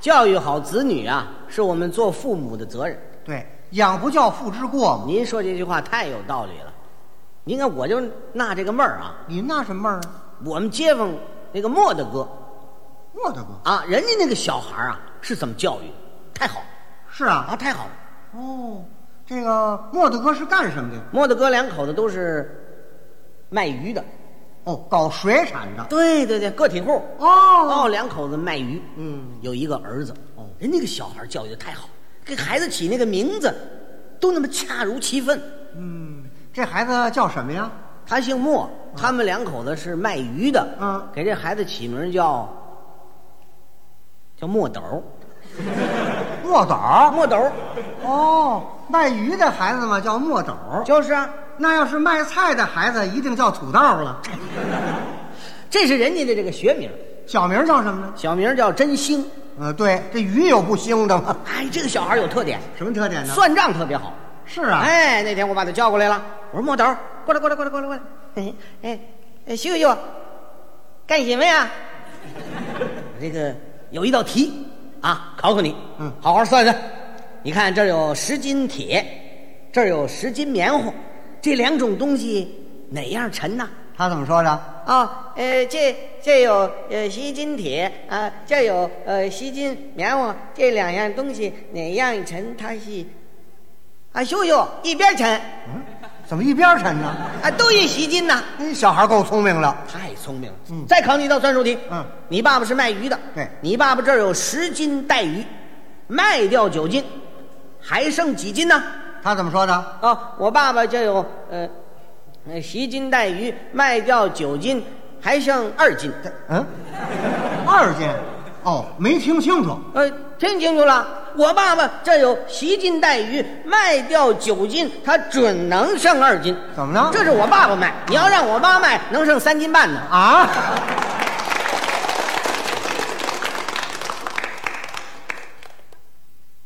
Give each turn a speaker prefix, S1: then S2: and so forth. S1: 教育好子女啊，是我们做父母的责任。
S2: 对，养不教父之过嘛。
S1: 您说这句话太有道理了。您看，我就纳这个闷儿啊。
S2: 你纳什么闷儿啊？
S1: 我们街坊那个莫大哥
S2: 我的个，
S1: 啊，人家那个小孩儿啊是怎么教育，太好
S2: 是啊。
S1: 啊，太好了。
S2: 哦，这个莫大哥是干什么的？
S1: 莫大哥两口子都是卖鱼的，
S2: 哦，搞水产的。
S1: 对对对，个体户。
S2: 哦，
S1: 哦，两口子卖鱼，
S2: 嗯，
S1: 有一个儿子。哦，人那个小孩教育的太好，给孩子起那个名字都那么恰如其分。
S2: 嗯，这孩子叫什么呀？
S1: 他姓莫，他们两口子是卖鱼的。
S2: 嗯
S1: 给这孩子起名叫叫墨斗儿，
S2: 墨斗儿。
S1: 墨斗儿
S2: 哦，卖鱼的孩子嘛叫墨斗儿。
S1: 就是啊，
S2: 那要是卖菜的孩子，一定叫土豆了。
S1: 这是人家的这个学名，
S2: 小名叫什么呢？
S1: 小名叫真兴。
S2: 呃，对，这鱼有不腥的吗？
S1: 哎，这个小孩有特点，
S2: 什么特点呢？
S1: 算账特别好。
S2: 是啊，
S1: 哎，那天我把他叫过来了，我说墨斗儿，过来过来过来过来过来，哎哎哎，秀秀，干什么呀？这个有一道题啊，考考你，
S2: 嗯
S1: 好好算算。你看这儿有十斤铁，这儿有十斤棉花，这两种东西哪样沉呢？
S2: 他怎么说的？
S1: 啊，呃，这这有呃吸金铁啊，这有呃吸金棉花，这两样东西哪样沉？它是啊，秀秀一边沉
S2: 嗯，怎么一边沉呢？
S1: 啊，都一吸金呐。
S2: 那小孩够聪明了。
S1: 太聪明了。再考你一道算术题。
S2: 嗯
S1: 你爸爸是卖鱼的。
S2: 对
S1: 你爸爸这儿有十斤带鱼，卖掉九斤，还剩几斤呢？
S2: 他怎么说的？
S1: 啊，我爸爸这有呃，呃十斤带鱼，卖掉九斤，还剩二斤。
S2: 这嗯，二斤。哦，没听清楚。
S1: 呃，听清楚了，我爸爸这有十斤带鱼，卖掉九斤，他准能剩二斤。
S2: 怎么了
S1: 这是我爸爸卖，你要让我妈卖，能剩三斤半呢。
S2: 啊？